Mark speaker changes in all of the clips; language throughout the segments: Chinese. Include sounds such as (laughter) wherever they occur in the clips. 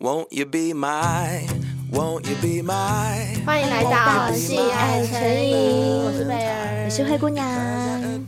Speaker 1: Won't you be my? Won't you be my?
Speaker 2: 欢迎来到性爱成瘾，我是贝
Speaker 3: 我
Speaker 2: 儿。
Speaker 3: 是灰姑娘，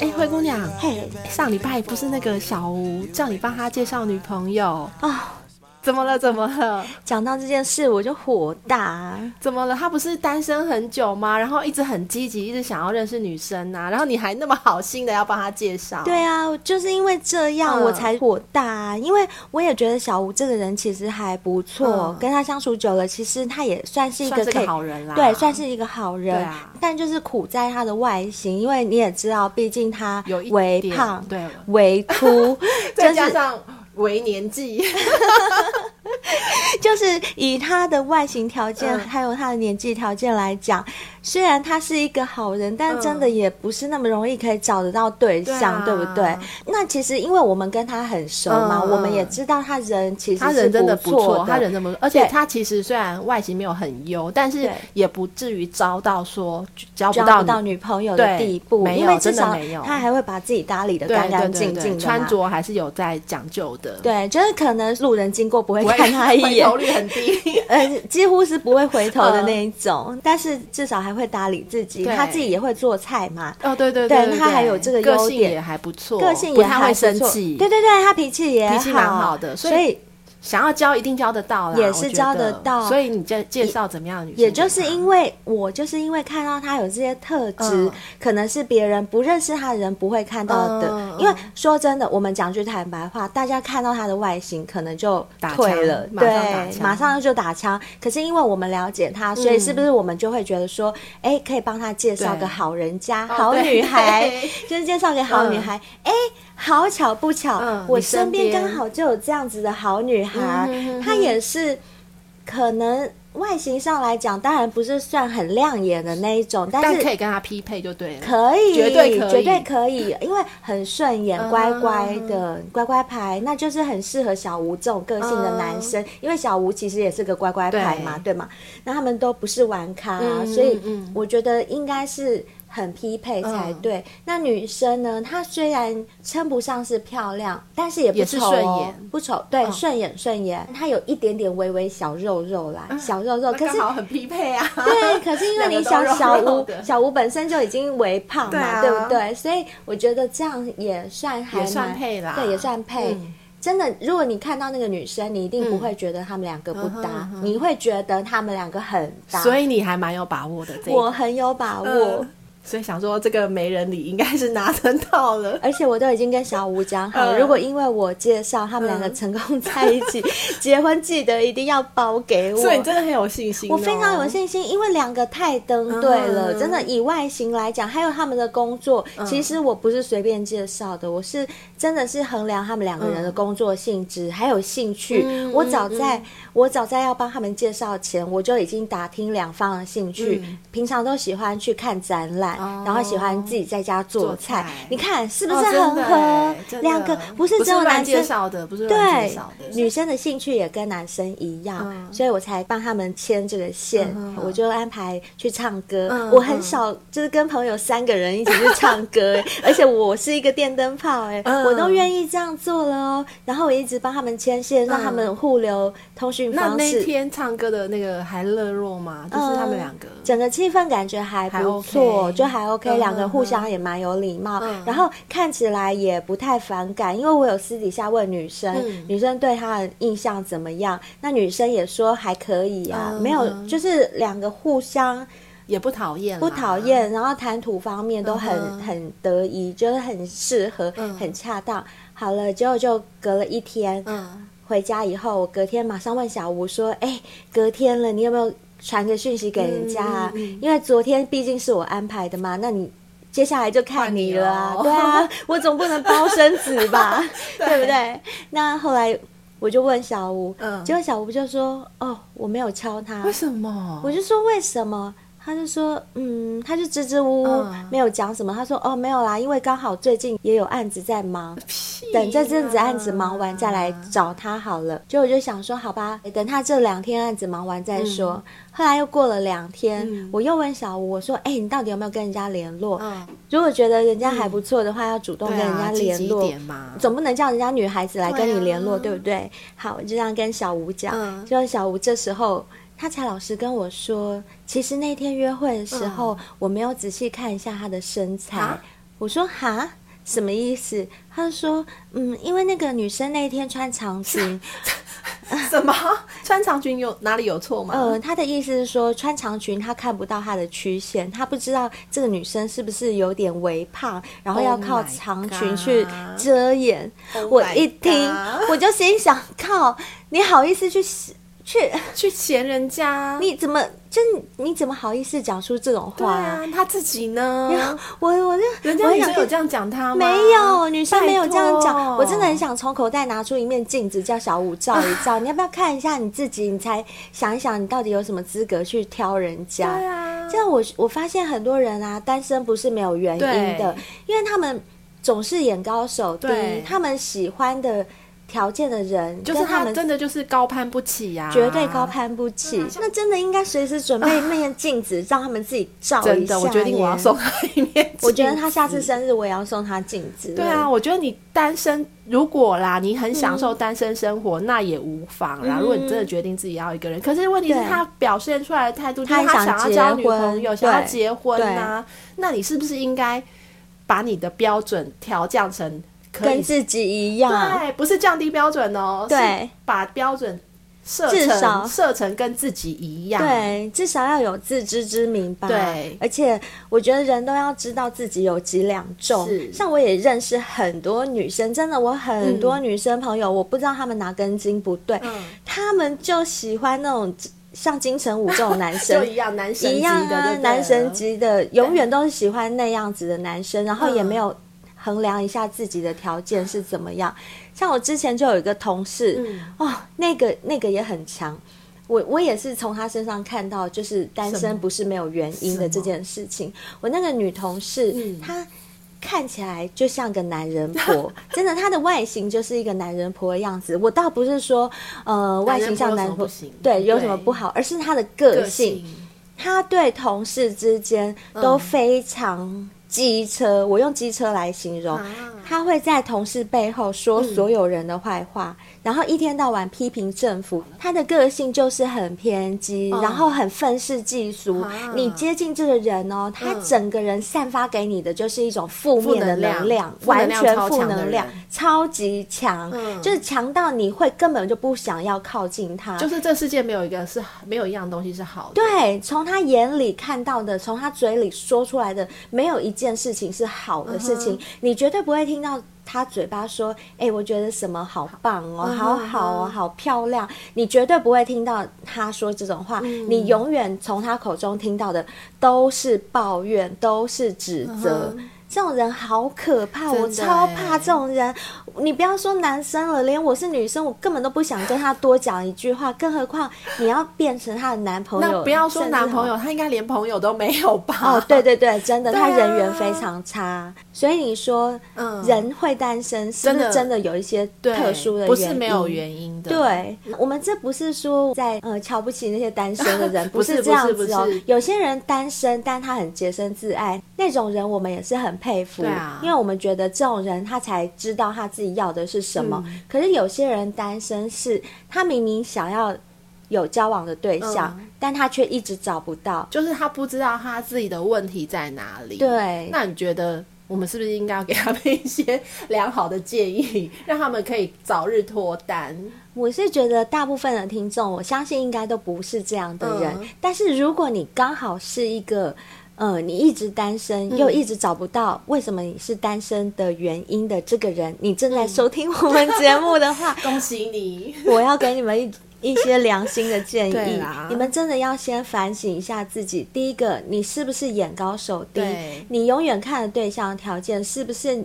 Speaker 2: 哎，灰姑
Speaker 3: (laughs)
Speaker 2: 娘，
Speaker 3: 嘿，
Speaker 2: 上礼拜不是那个小吴叫你帮他介绍女朋友，
Speaker 3: 啊，
Speaker 2: 怎么了？怎么了？
Speaker 3: 讲到这件事我就火大，
Speaker 2: 怎么了？他不是单身很久吗？然后一直很积极，一直想要认识女生啊。然后你还那么好心的要帮他介绍，
Speaker 3: 对啊，我就是因为这样
Speaker 2: 嗯
Speaker 3: 我才火大、因为我也觉得小吴这个人其实还不错，
Speaker 2: 嗯
Speaker 3: 跟他相处久了，其实他也算是一
Speaker 2: 算
Speaker 3: 个
Speaker 2: 是
Speaker 3: 可以
Speaker 2: 个好人啦。啊
Speaker 3: 对，算是一个好人，
Speaker 2: 对啊
Speaker 3: 但就是苦在他的外形，因为你也知道，毕竟他
Speaker 2: 有一
Speaker 3: 微
Speaker 2: 点
Speaker 3: 胖，
Speaker 2: 对
Speaker 3: 微秃，
Speaker 2: (laughs)
Speaker 3: 就
Speaker 2: 再
Speaker 3: 是
Speaker 2: 加上为年纪，
Speaker 3: 就是以他的外形条件，
Speaker 2: 嗯
Speaker 3: 还有他的年纪条件来讲，虽然他是一个好人，但真的也不是那么容易可以找得到对
Speaker 2: 嗯
Speaker 3: 象，
Speaker 2: 对
Speaker 3: 对
Speaker 2: 啊
Speaker 3: 不对？那其实因为我们跟他很熟嘛，
Speaker 2: 嗯嗯
Speaker 3: 我们也知道他人其实
Speaker 2: 他
Speaker 3: 是
Speaker 2: 人真的不
Speaker 3: 错
Speaker 2: 错，他人真的不错，而且
Speaker 3: 对
Speaker 2: 他其实虽然外形没有很优，但是
Speaker 3: 对
Speaker 2: 也不至于招到说交不
Speaker 3: 交
Speaker 2: 到
Speaker 3: 不
Speaker 2: 女
Speaker 3: 到女朋友
Speaker 2: 对
Speaker 3: 的地步，
Speaker 2: 没有
Speaker 3: 因为至
Speaker 2: 真的
Speaker 3: 少
Speaker 2: 没有
Speaker 3: 他还会把自己打理的
Speaker 2: 对
Speaker 3: 干
Speaker 2: 对
Speaker 3: 干
Speaker 2: 对
Speaker 3: 净
Speaker 2: 对
Speaker 3: 净的嘛
Speaker 2: 穿。着还是有在讲究的。
Speaker 3: 对，就是可能路人经过不会
Speaker 2: 不会，
Speaker 3: 看他一
Speaker 2: 回
Speaker 3: 眼
Speaker 2: 头，率很低。
Speaker 3: (laughs)
Speaker 2: (laughs)
Speaker 3: 呃，几乎是不会回头的那一种，但是至少还会打理自己，
Speaker 2: 对
Speaker 3: 他自己也会做菜嘛，
Speaker 2: 哦，对对
Speaker 3: 对
Speaker 2: 对，
Speaker 3: 他还有这个
Speaker 2: 个
Speaker 3: 优
Speaker 2: 性
Speaker 3: 点
Speaker 2: 也还不错，
Speaker 3: 个性
Speaker 2: 不
Speaker 3: 也
Speaker 2: 太
Speaker 3: 还
Speaker 2: 会
Speaker 3: 不错
Speaker 2: 生气，
Speaker 3: 对，对对，他脾气也
Speaker 2: 脾气蛮好的所以
Speaker 3: 所以
Speaker 2: 想要教一定教得到啦，
Speaker 3: 也
Speaker 2: 我
Speaker 3: 是
Speaker 2: 觉
Speaker 3: 教得到
Speaker 2: 所以你介介绍怎么样的女生给他？
Speaker 3: 也就是因为我就是因为看到他有这些特质，
Speaker 2: 嗯
Speaker 3: 可能是别人不认识他的人不会看到的。
Speaker 2: 嗯嗯
Speaker 3: 因为说真的，我们讲句坦白话，大家看到他的外形可能就
Speaker 2: 打
Speaker 3: 退
Speaker 2: 枪
Speaker 3: 了，
Speaker 2: 嗯马上打枪
Speaker 3: 对，
Speaker 2: 嗯
Speaker 3: 马上就打枪。可是因为我们了解他，所以是不是我们就会觉得说，哎、可以帮他介绍
Speaker 2: 对
Speaker 3: 个好人家、
Speaker 2: 哦
Speaker 3: 好
Speaker 2: 对
Speaker 3: 女
Speaker 2: (laughs)
Speaker 3: 孩 (laughs)
Speaker 2: 对，
Speaker 3: 就是介绍给好女孩，哎、好巧不巧，
Speaker 2: 嗯
Speaker 3: 我
Speaker 2: 你
Speaker 3: 身
Speaker 2: 身
Speaker 3: 边
Speaker 2: 边
Speaker 3: 刚好就有这样子的好女孩，
Speaker 2: 嗯哼哼
Speaker 3: 她也是可能外形上来讲，当然不是算很亮眼的那一种，但
Speaker 2: 但
Speaker 3: 是
Speaker 2: 可以跟他匹配就对了。
Speaker 3: 可以，
Speaker 2: 绝对可以
Speaker 3: 绝对可以，因为很顺眼，
Speaker 2: 嗯
Speaker 3: 乖乖的乖乖牌，那就是很适合小吴这种个性的男
Speaker 2: 嗯
Speaker 3: 生，因为小吴其实也是个乖乖牌嘛，对吗？那他们都不是玩咖、
Speaker 2: 嗯
Speaker 3: 所以
Speaker 2: 嗯嗯
Speaker 3: 我觉得应该是。很匹配才对。那女生呢？她虽然称不上是漂亮，但是也不
Speaker 2: 也是
Speaker 3: 丑、哦，
Speaker 2: 顺眼
Speaker 3: 不丑，对，
Speaker 2: 嗯
Speaker 3: 顺眼顺眼。她有一点点微微小肉肉啦，小肉肉。
Speaker 2: 嗯那
Speaker 3: 可是
Speaker 2: 刚好很匹配啊。
Speaker 3: 对，可是因为你想
Speaker 2: 两个都
Speaker 3: 小
Speaker 2: 肉肉
Speaker 3: 吴
Speaker 2: 的
Speaker 3: 小吴本身就已经微胖嘛，
Speaker 2: 对啊
Speaker 3: 不对？所以我觉得这样也算还
Speaker 2: 也算
Speaker 3: 蛮
Speaker 2: 配啦
Speaker 3: 对，也算配。
Speaker 2: 嗯
Speaker 3: 真的，如果你看到那个女生，你一定不
Speaker 2: 嗯
Speaker 3: 会觉得他们两个不
Speaker 2: 嗯哼
Speaker 3: 搭
Speaker 2: 嗯，哼
Speaker 3: 你会觉得他们两个很搭。
Speaker 2: 所以你还蛮有把握的，这一
Speaker 3: 我很有把握
Speaker 2: 嗯，所以想说这个没人理应该是拿得到了。
Speaker 3: 而且我都已经跟小吴讲好，
Speaker 2: 嗯
Speaker 3: 如果因为我介绍他们两个
Speaker 2: 嗯
Speaker 3: 成功在一
Speaker 2: (laughs)
Speaker 3: 起，结婚记得一定要包给 (laughs) 我。
Speaker 2: 所以你真的很有信心、哦
Speaker 3: 我非常有。信心，因为两个太登对了，
Speaker 2: 嗯
Speaker 3: 真的以外形来讲，还有他们的工作，其实我不是随便介绍的，我是真的是衡量他们两个人的工作性质、还有兴趣。
Speaker 2: 嗯
Speaker 3: 我早在、我早在要帮他们介绍前，我就已经打听两方的兴趣，
Speaker 2: 嗯
Speaker 3: 平常都喜欢去看展览，
Speaker 2: 哦
Speaker 3: 然后喜欢自己在家做
Speaker 2: 做
Speaker 3: 菜。
Speaker 2: 菜
Speaker 3: 你看是不
Speaker 2: 哦
Speaker 3: 是
Speaker 2: 真
Speaker 3: 很
Speaker 2: 的
Speaker 3: 合？
Speaker 2: 欸真的
Speaker 3: 两个不是只有
Speaker 2: 乱
Speaker 3: 男生
Speaker 2: 介。绍的，不是乱
Speaker 3: 对
Speaker 2: 介绍，的，
Speaker 3: 女生的兴趣也跟男生一样，
Speaker 2: 嗯
Speaker 3: 所以我才帮他们牵这个线，
Speaker 2: 嗯哼
Speaker 3: 我就安排去唱歌。
Speaker 2: 嗯
Speaker 3: 我很少就是跟朋友三个人一起去唱
Speaker 2: (laughs)
Speaker 3: 歌、欸而且我是一个电灯泡、欸，
Speaker 2: 嗯
Speaker 3: 我都愿意这样做了哦、然后我一直帮他们牵线，让他们互留通讯
Speaker 2: 嗯那
Speaker 3: 方
Speaker 2: 那一
Speaker 3: 式。
Speaker 2: 天唱歌的那个还热络吗？就是他们两个，
Speaker 3: 整个气氛感觉还
Speaker 2: 还
Speaker 3: 不
Speaker 2: OK
Speaker 3: 错，就还 OK，
Speaker 2: 嗯
Speaker 3: 两、个互相也蛮有礼貌、
Speaker 2: 嗯
Speaker 3: 然后看起来也不太反感，因为我有私底下问女生，
Speaker 2: 嗯
Speaker 3: 女生对他的印象怎么样，那女生也说还可以啊，
Speaker 2: 嗯
Speaker 3: 没有，就是两个互相
Speaker 2: 也不讨厌，
Speaker 3: 不讨。厌，然后谈吐方面都很、
Speaker 2: 嗯嗯哼
Speaker 3: 很得宜，就是很适合，
Speaker 2: 嗯
Speaker 3: 很恰当。好了，结果就隔了一天，
Speaker 2: 嗯，
Speaker 3: 回家以后，我隔天马上问小吴说：“哎、隔天了，你有没有传个讯息给人家啊？
Speaker 2: 嗯嗯嗯
Speaker 3: 因为昨天毕竟是我安排的嘛，那你接下来就看你了啊，
Speaker 2: 换你
Speaker 3: 对
Speaker 2: 哦
Speaker 3: 啊，我总不能包生子吧，
Speaker 2: (laughs) 对
Speaker 3: 对不对？那后来我就问小吴，
Speaker 2: 嗯
Speaker 3: 结果小吴就说：哦，我没有敲他
Speaker 2: 为，什么？
Speaker 3: 嗯我就说为什么？”他就说，嗯，他就支支吾吾，
Speaker 2: 嗯
Speaker 3: 没有讲什么。他说，哦，没有啦，因为刚好最近也有案子在忙。
Speaker 2: 气、
Speaker 3: 等这阵子案子忙完再来找他好了。就我就想说，好吧，等他这两天案子忙完再说。后来又过了两天，
Speaker 2: 嗯
Speaker 3: 我又问小吴，我说：“哎、你到底有没有跟人家联络？
Speaker 2: 嗯，
Speaker 3: 如果觉得人家还不错的话，要主动
Speaker 2: 对
Speaker 3: 跟人
Speaker 2: 啊，
Speaker 3: 家
Speaker 2: 积极
Speaker 3: 联
Speaker 2: 一
Speaker 3: 络。
Speaker 2: 点嘛，
Speaker 3: 总不能叫人家女孩子来跟
Speaker 2: 对啊
Speaker 3: 你联络，对不对？好，我就这样跟小吴讲。
Speaker 2: 嗯
Speaker 3: 就小吴这时候，他才老实跟我说，其实那天约会的时候，
Speaker 2: 嗯
Speaker 3: 我没有仔细看一下她的身材
Speaker 2: 啊。
Speaker 3: 我说哈，什么意思？他就说，嗯，因为那个女生那一天穿长裙，
Speaker 2: (laughs) 什么穿长裙有哪里有错吗？
Speaker 3: 呃，他的意思是说，穿长裙他看不到她的曲线，他不知道这个女生是不是有点微胖，然后
Speaker 2: Oh
Speaker 3: 要靠
Speaker 2: my
Speaker 3: 长
Speaker 2: God
Speaker 3: 裙去遮掩。
Speaker 2: Oh
Speaker 3: 我
Speaker 2: my
Speaker 3: 一听
Speaker 2: God，
Speaker 3: 我就心想：靠，你好意思去去？
Speaker 2: 去嫌人家，
Speaker 3: 你怎么就你怎么好意思讲出这种
Speaker 2: 对
Speaker 3: 话
Speaker 2: 啊？，他自己呢？
Speaker 3: 然后我我就
Speaker 2: 人家
Speaker 3: 我
Speaker 2: 女
Speaker 3: 想
Speaker 2: 生有
Speaker 3: 跟
Speaker 2: 这样讲他吗？
Speaker 3: 没有，女生
Speaker 2: 拜
Speaker 3: 没有这样讲。
Speaker 2: 托
Speaker 3: 我真的很想从口袋拿出一面镜子，叫小五照一
Speaker 2: (laughs)
Speaker 3: 照。你要不要看一下你自己？你才想一想，你到底有什么资格去挑人家？
Speaker 2: 对啊，
Speaker 3: 这样我我发现很多人啊，单身不是没有原因的
Speaker 2: 对，
Speaker 3: 因为他们总是眼高手低
Speaker 2: 对，
Speaker 3: 他们喜欢的条件的人，
Speaker 2: 就是
Speaker 3: 跟他
Speaker 2: 他
Speaker 3: 们
Speaker 2: 真的啊就是高攀不起呀、
Speaker 3: 绝对高。攀不起。那真的应该随时准备一面镜子，让他们自己照一下。
Speaker 2: 真的，我决定我要送。他一面镜子。
Speaker 3: 我觉得他下次生日我也要送他镜子。
Speaker 2: 对啊，，我觉得你单身，如果啦，你很享受单身生活，那也无妨啦。
Speaker 3: 嗯
Speaker 2: 如果你真的决定自己要一个人，可是问题是
Speaker 3: 对
Speaker 2: 他表现出来的态度，就是
Speaker 3: 他
Speaker 2: 他
Speaker 3: 很
Speaker 2: 想
Speaker 3: 想
Speaker 2: 要
Speaker 3: 结
Speaker 2: 交女朋友，
Speaker 3: 婚
Speaker 2: 想要
Speaker 3: 对
Speaker 2: 结婚啊，那你是不是应该把你的标准调降成可以
Speaker 3: 跟自己一样。
Speaker 2: 对，不是降低标准哦，是
Speaker 3: 对
Speaker 2: 把标准设
Speaker 3: 至少
Speaker 2: 成设成跟自己一样，，
Speaker 3: 对，至少要有自知之明吧。
Speaker 2: 对
Speaker 3: 而且我觉得人都要知道自己有几两重
Speaker 2: 是。
Speaker 3: 像我也认识很多女生，真的，我很多女生朋友，我不知道她们哪根筋不对，
Speaker 2: 嗯
Speaker 3: 她们就喜欢那种像金城武这种男
Speaker 2: 就 (laughs)
Speaker 3: 生。
Speaker 2: 一样男神
Speaker 3: 一
Speaker 2: 级
Speaker 3: 样
Speaker 2: 的，
Speaker 3: 啊
Speaker 2: 对，不对嗯
Speaker 3: 男神。级的永远都是喜欢那样子的男生，然后也没有衡量一下自己的条件是怎么样。像我之前就有一个同事，
Speaker 2: 嗯，
Speaker 3: 哦，那个那个也很强。我我也是从她身上看到，就是单
Speaker 2: 什么
Speaker 3: 身不是没有原因
Speaker 2: 什
Speaker 3: 的
Speaker 2: 么
Speaker 3: 这件事情。我那个女同事，
Speaker 2: 嗯
Speaker 3: 她看起来就像个男人婆， (laughs) 真的，她的外形就是一个男人婆的样子。我倒不是说呃
Speaker 2: 男
Speaker 3: 外
Speaker 2: 人
Speaker 3: 形像
Speaker 2: 婆有
Speaker 3: 男
Speaker 2: 什
Speaker 3: 人
Speaker 2: 么
Speaker 3: 婆
Speaker 2: 不行
Speaker 3: 对有什么
Speaker 2: 对
Speaker 3: 不好，而是她的个
Speaker 2: 个
Speaker 3: 性
Speaker 2: 性，
Speaker 3: 她对同事之间都
Speaker 2: 嗯
Speaker 3: 非常机车，我用机车来形容。
Speaker 2: 啊嗯
Speaker 3: 他会在同事背后说所有人的坏话，然后一天到晚批评政府。他的个性就是很偏激，
Speaker 2: 嗯
Speaker 3: 然后很愤世嫉俗。
Speaker 2: 啊
Speaker 3: 你接近这个人哦，他
Speaker 2: 嗯
Speaker 3: 整个人散发给你的就是一种负面的
Speaker 2: 负能量
Speaker 3: 量，
Speaker 2: 负能
Speaker 3: 完
Speaker 2: 量
Speaker 3: 全
Speaker 2: 超
Speaker 3: 负
Speaker 2: 强的
Speaker 3: 能量
Speaker 2: 人，
Speaker 3: 超级强，
Speaker 2: 嗯
Speaker 3: 就是强到你会根本就不想要靠近他。
Speaker 2: 啊就是这世界没有一个是没有一样东西是好的。
Speaker 3: 对，从他眼里看到的，从他嘴里说出来的，没有一件事情是好的事
Speaker 2: 嗯
Speaker 3: 情。你绝对不会听到他嘴巴说：“哎、我觉得什么好棒哦，
Speaker 2: 嗯哼
Speaker 3: 好好
Speaker 2: 嗯哼
Speaker 3: 哦，好漂亮。”你绝对不会听到他说这种话。
Speaker 2: 嗯
Speaker 3: 你永远从他口中听到的都是抱怨，都是指责。这种人好可怕，我
Speaker 2: 嗯真的
Speaker 3: 超
Speaker 2: 欸
Speaker 3: 怕这种人。你不要说男生了，连我是女生，我根本都不想跟他多讲一句话，更何况你要变成他的男朋友。
Speaker 2: 那不要说
Speaker 3: 甚至
Speaker 2: 男朋友，
Speaker 3: 好。
Speaker 2: 他应该连朋友都没有吧？
Speaker 3: 哦，对对对，真
Speaker 2: (laughs)
Speaker 3: 的，
Speaker 2: 对啊
Speaker 3: 他人缘非常差，所以你说，
Speaker 2: 嗯
Speaker 3: 人会单身，是不
Speaker 2: 真
Speaker 3: 是
Speaker 2: 的
Speaker 3: 真的有一些
Speaker 2: 对，
Speaker 3: 特殊的
Speaker 2: 不是没有
Speaker 3: 因？
Speaker 2: 原因的。
Speaker 3: 对我们这不是说在呃瞧不起那些单身
Speaker 2: (laughs)
Speaker 3: 的人，
Speaker 2: 不是
Speaker 3: 是这样
Speaker 2: 不
Speaker 3: 子
Speaker 2: 是
Speaker 3: 哦
Speaker 2: 不是。
Speaker 3: 有些人单身，但他很洁身自爱，那种人我们也是很佩服，
Speaker 2: 对啊
Speaker 3: 因为我们觉得这种人他才知道他自己要的是什么。
Speaker 2: 嗯
Speaker 3: 可是有些人单身是他明明想要有交往的对象，
Speaker 2: 嗯
Speaker 3: 但他却一直找不到。
Speaker 2: 就是他不知道他自己的问题在哪里。
Speaker 3: 对
Speaker 2: 那你觉得我们是不是应该要给他们一些良好的建议，让他们可以早日脱单？
Speaker 3: 我是觉得大部分的听众，我相信应该都不是这样的人。
Speaker 2: 嗯
Speaker 3: 但是如果你刚好是一个，呃，你一直单
Speaker 2: 嗯
Speaker 3: 身又一直找不到为什么你是单身的原因的这个人，你
Speaker 2: 嗯
Speaker 3: 正在收听我们节目的
Speaker 2: (laughs)
Speaker 3: 话，
Speaker 2: 恭喜你！
Speaker 3: 我要给你们一。一些良心的
Speaker 2: (laughs)
Speaker 3: 建
Speaker 2: 对啊
Speaker 3: 议
Speaker 2: 啦，
Speaker 3: 你们真的要先反省一下自己。第一个，你是不是眼高手低
Speaker 2: 对？
Speaker 3: 你永远看的对象条件是不是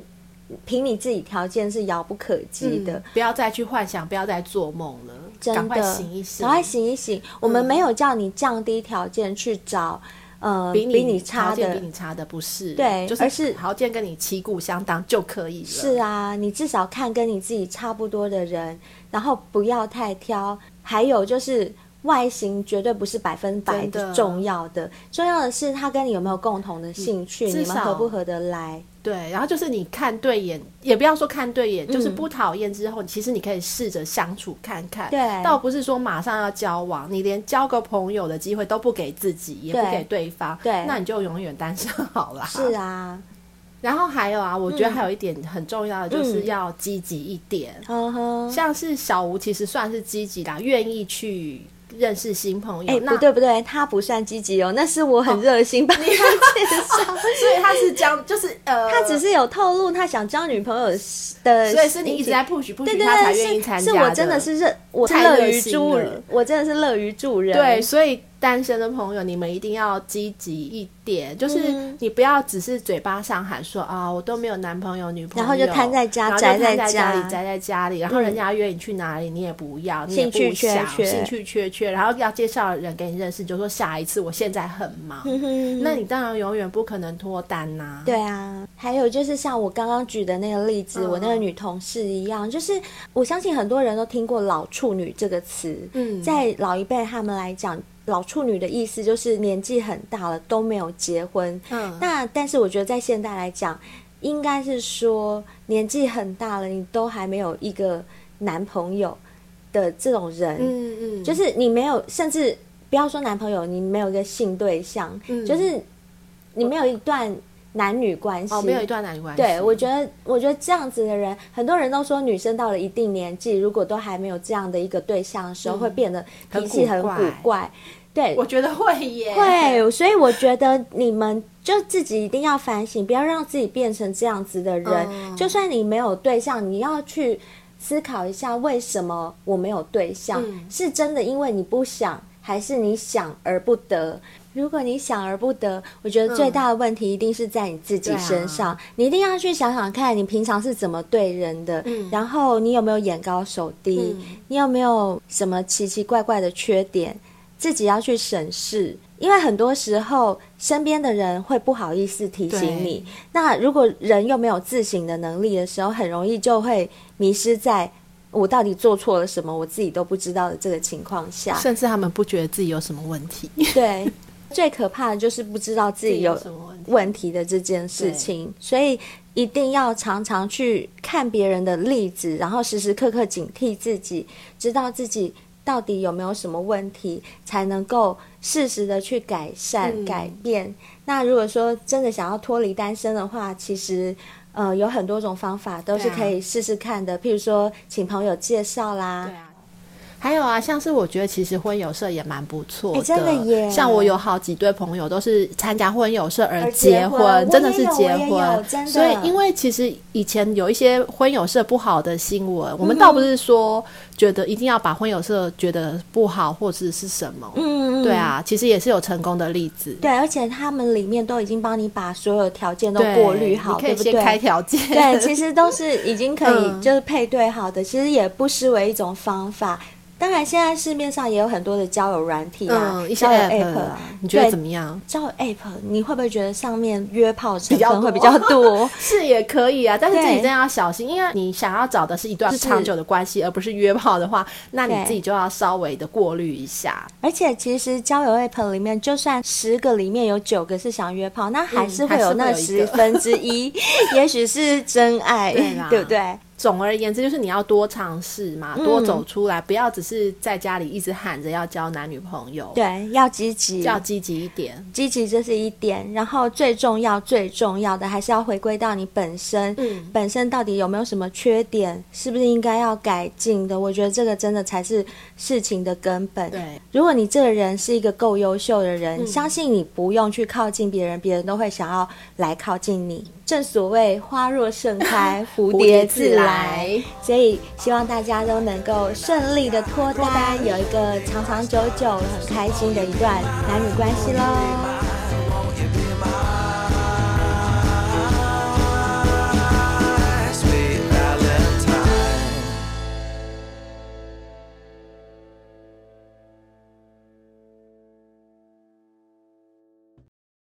Speaker 3: 凭你自己条件是遥不可及的？
Speaker 2: 嗯不要再去幻想，不要再做梦了，
Speaker 3: 真的，
Speaker 2: 赶快醒一醒，嗯
Speaker 3: 赶快醒一醒我们没有叫你降低条件去找。呃
Speaker 2: 比你
Speaker 3: 你
Speaker 2: 条
Speaker 3: 差
Speaker 2: 件比
Speaker 3: 的。
Speaker 2: 你差的不是，
Speaker 3: 对
Speaker 2: 就是
Speaker 3: 而是
Speaker 2: 条件跟你旗鼓相当就可以了。
Speaker 3: 是啊，你至少看跟你自己差不多的人，然后不要太挑。还有就是外形绝对不是百分百
Speaker 2: 真的嗯
Speaker 3: 重要的，重要的是他跟你有没有共同的兴趣，
Speaker 2: 至
Speaker 3: 你们
Speaker 2: 少
Speaker 3: 合不合得来。
Speaker 2: 对，然后就是你看对眼，也不要说看对
Speaker 3: 嗯
Speaker 2: 眼，就是不讨厌之后，其实你可以试着相处看看。
Speaker 3: 对
Speaker 2: 倒不是说马上要交往，你连交个朋友的机会都不给自己，也不
Speaker 3: 对
Speaker 2: 给对方，
Speaker 3: 对
Speaker 2: 那你就永远单身好了。
Speaker 3: 是嗯啊，
Speaker 2: 然后还有啊，我觉得还有一点很重要的，就是
Speaker 3: 嗯
Speaker 2: 要积极一点。
Speaker 3: 呵呵。
Speaker 2: 像是小吴其实算是积极啦，愿意去认识新朋友。
Speaker 3: 哎，
Speaker 2: 那
Speaker 3: 不对不对，他不算积极哦，那是我很热心帮他介
Speaker 2: (laughs)
Speaker 3: 绍。
Speaker 2: 所以他是将就是呃，
Speaker 3: 他只是有透露他想交女朋友的，
Speaker 2: 所以是你一直在 push
Speaker 3: 对
Speaker 2: push
Speaker 3: 对
Speaker 2: 他才愿意
Speaker 3: 对，
Speaker 2: 参
Speaker 3: 是
Speaker 2: 加
Speaker 3: 是我真的是热，我
Speaker 2: 太
Speaker 3: 乐
Speaker 2: 热
Speaker 3: 于
Speaker 2: 心
Speaker 3: 助
Speaker 2: 了，
Speaker 3: 我真的是乐于助人。
Speaker 2: 对，所以单身的朋友，你们一定要积极一点，就是
Speaker 3: 嗯
Speaker 2: 你不要只是嘴巴上喊说啊，我都没有男朋友、女朋友，
Speaker 3: 然后就瘫在家
Speaker 2: 然后就
Speaker 3: 宅在
Speaker 2: 瘫在
Speaker 3: 家
Speaker 2: 里，宅在家里，然后人家约你去哪里，你也不要，你也
Speaker 3: 兴趣
Speaker 2: 不想，
Speaker 3: 缺缺
Speaker 2: 兴趣缺缺，然后要介绍人给你认识，你就说下一次，我现在很忙，
Speaker 3: 嗯
Speaker 2: 那你当然永远不可能脱单呐、
Speaker 3: 对啊，还有就是像我刚刚举的那个例子，
Speaker 2: 嗯
Speaker 3: 我那个女同事一样，就是我相信很多人都听过“老处女”这个词。
Speaker 2: 嗯
Speaker 3: 在老一辈他们来讲，老处女的意思就是年纪很大了都没有结婚。
Speaker 2: 嗯
Speaker 3: 那但是我觉得在现代来讲，应该是说年纪很大了，你都还没有一个男朋友的这种人，
Speaker 2: 嗯嗯，
Speaker 3: 就是你没有，甚至不要说男朋友，你没有一个性对象，
Speaker 2: 嗯
Speaker 3: 就是你没有一段男女关系。
Speaker 2: 哦，没有一段男女关系，
Speaker 3: 对，我觉得，我觉得这样子的人，很多人都说女生到了一定年纪，如果都还没有这样的一个对象的时候，
Speaker 2: 嗯
Speaker 3: 会变得
Speaker 2: 很
Speaker 3: 脾气
Speaker 2: 古
Speaker 3: 很古
Speaker 2: 怪
Speaker 3: 怪。对，
Speaker 2: 我觉得会耶，
Speaker 3: 会，所以我觉得你们就自己一定要反省，不要让自己变成这样子的人。
Speaker 2: 嗯
Speaker 3: 就算你没有对象，你要去思考一下，为什么我没有对象？
Speaker 2: 嗯
Speaker 3: 是真的因为你不想，还是你想而不得？如果你想而不得，我觉得最大的问题一定是在你自己
Speaker 2: 对啊
Speaker 3: 身上。你一定要去想想看，你平常是怎么对人的，
Speaker 2: 嗯
Speaker 3: 然后你有没有眼高手低，
Speaker 2: 嗯
Speaker 3: 你有没有什么奇奇怪怪的缺点，自己要去审视。因为很多时候，身边的人会不好意思提醒你。那如果人又没有自省的能力的时候，很容易就会迷失在我到底做错了什么，我自己都不知道的这个情况下。
Speaker 2: 甚至他们不觉得自己有什么问题，
Speaker 3: 对，最可怕的就是不知道自己有
Speaker 2: 什么问题。
Speaker 3: 问题的这件事情，所以一定要常常去看别人的例子，然后时时刻刻警惕自己，知道自己到底有没有什么问题，才能够适时的去改善、
Speaker 2: 嗯
Speaker 3: 改变。那如果说真的想要脱离单身的话，其实。呃，有很多种方法都是
Speaker 2: 对啊
Speaker 3: 可以试试看的，譬如说请朋友介绍啦
Speaker 2: 对，啊， (laughs) 还有啊，像是我觉得其实婚友社也蛮不错的，
Speaker 3: 哎真的耶
Speaker 2: 像我有好几对朋友都是参加婚友社而
Speaker 3: 而结
Speaker 2: 结婚，
Speaker 3: 婚
Speaker 2: 真的是
Speaker 3: 我
Speaker 2: 结
Speaker 3: 也有我也有
Speaker 2: 婚。
Speaker 3: 真的
Speaker 2: 所以，因为其实以前有一些婚友社不好的新闻，我
Speaker 3: 嗯
Speaker 2: 们倒不是说觉得一定要把婚友社觉得不好或者是什么，
Speaker 3: 嗯，嗯
Speaker 2: 对，啊，其实也是有成功的例子。
Speaker 3: 对，而且他们里面都已经帮你把所有条件都
Speaker 2: 对，
Speaker 3: 过滤好，
Speaker 2: 你可
Speaker 3: 对
Speaker 2: 以
Speaker 3: 不
Speaker 2: 先
Speaker 3: 对？
Speaker 2: 开条 (laughs) 件。
Speaker 3: 对，其实都是已经可以
Speaker 2: 嗯
Speaker 3: 就是配对好的，其实也不失为一种方法。当然，现在市面上也有很多的交友软体啊，
Speaker 2: 嗯，一些
Speaker 3: 交友
Speaker 2: app，
Speaker 3: app，
Speaker 2: 啊你觉得
Speaker 3: 对
Speaker 2: 怎么样？
Speaker 3: 交友 app，你会不会觉得上面约炮成
Speaker 2: 比较
Speaker 3: 分会比
Speaker 2: 多
Speaker 3: 较多？ (laughs)
Speaker 2: 是也可以啊，但是自己
Speaker 3: 对
Speaker 2: 真的要小心，因为你想要找的是一段
Speaker 3: 是
Speaker 2: 长久的关系，而不是约炮的话，那你
Speaker 3: 对
Speaker 2: 自己就要稍微的过滤一下，
Speaker 3: 而且其实交友 app 里面，就算十个里面有九个是想约炮，那还
Speaker 2: 嗯
Speaker 3: 是
Speaker 2: 还
Speaker 3: 会有
Speaker 2: 是会
Speaker 3: 那
Speaker 2: 有一
Speaker 3: 十
Speaker 2: 个
Speaker 3: 分之一， (laughs) 也许是真爱，
Speaker 2: 对啦
Speaker 3: 对不对？
Speaker 2: 总而言之，就是你要多尝试嘛，多走出来，不要只是在家里一直喊着要交男女朋友，，
Speaker 3: 对，要积极，
Speaker 2: 要积极一点。
Speaker 3: 积极这是一点，然后最重要、最重要的还是要回归到你本身，
Speaker 2: 嗯
Speaker 3: 本身到底有没有什么缺点，是不是应该要改进的？我觉得这个真的才是事情的根本。
Speaker 2: 对，
Speaker 3: 如果你这个人是一个够优秀的人，相信你不用去靠近别人，别人都会想要来靠近你。正所谓花若盛 (laughs) 开，蝴蝶自来。所以希望大家都能够顺利的脱单，有一个长长久久、很开心的一段男女关系喽。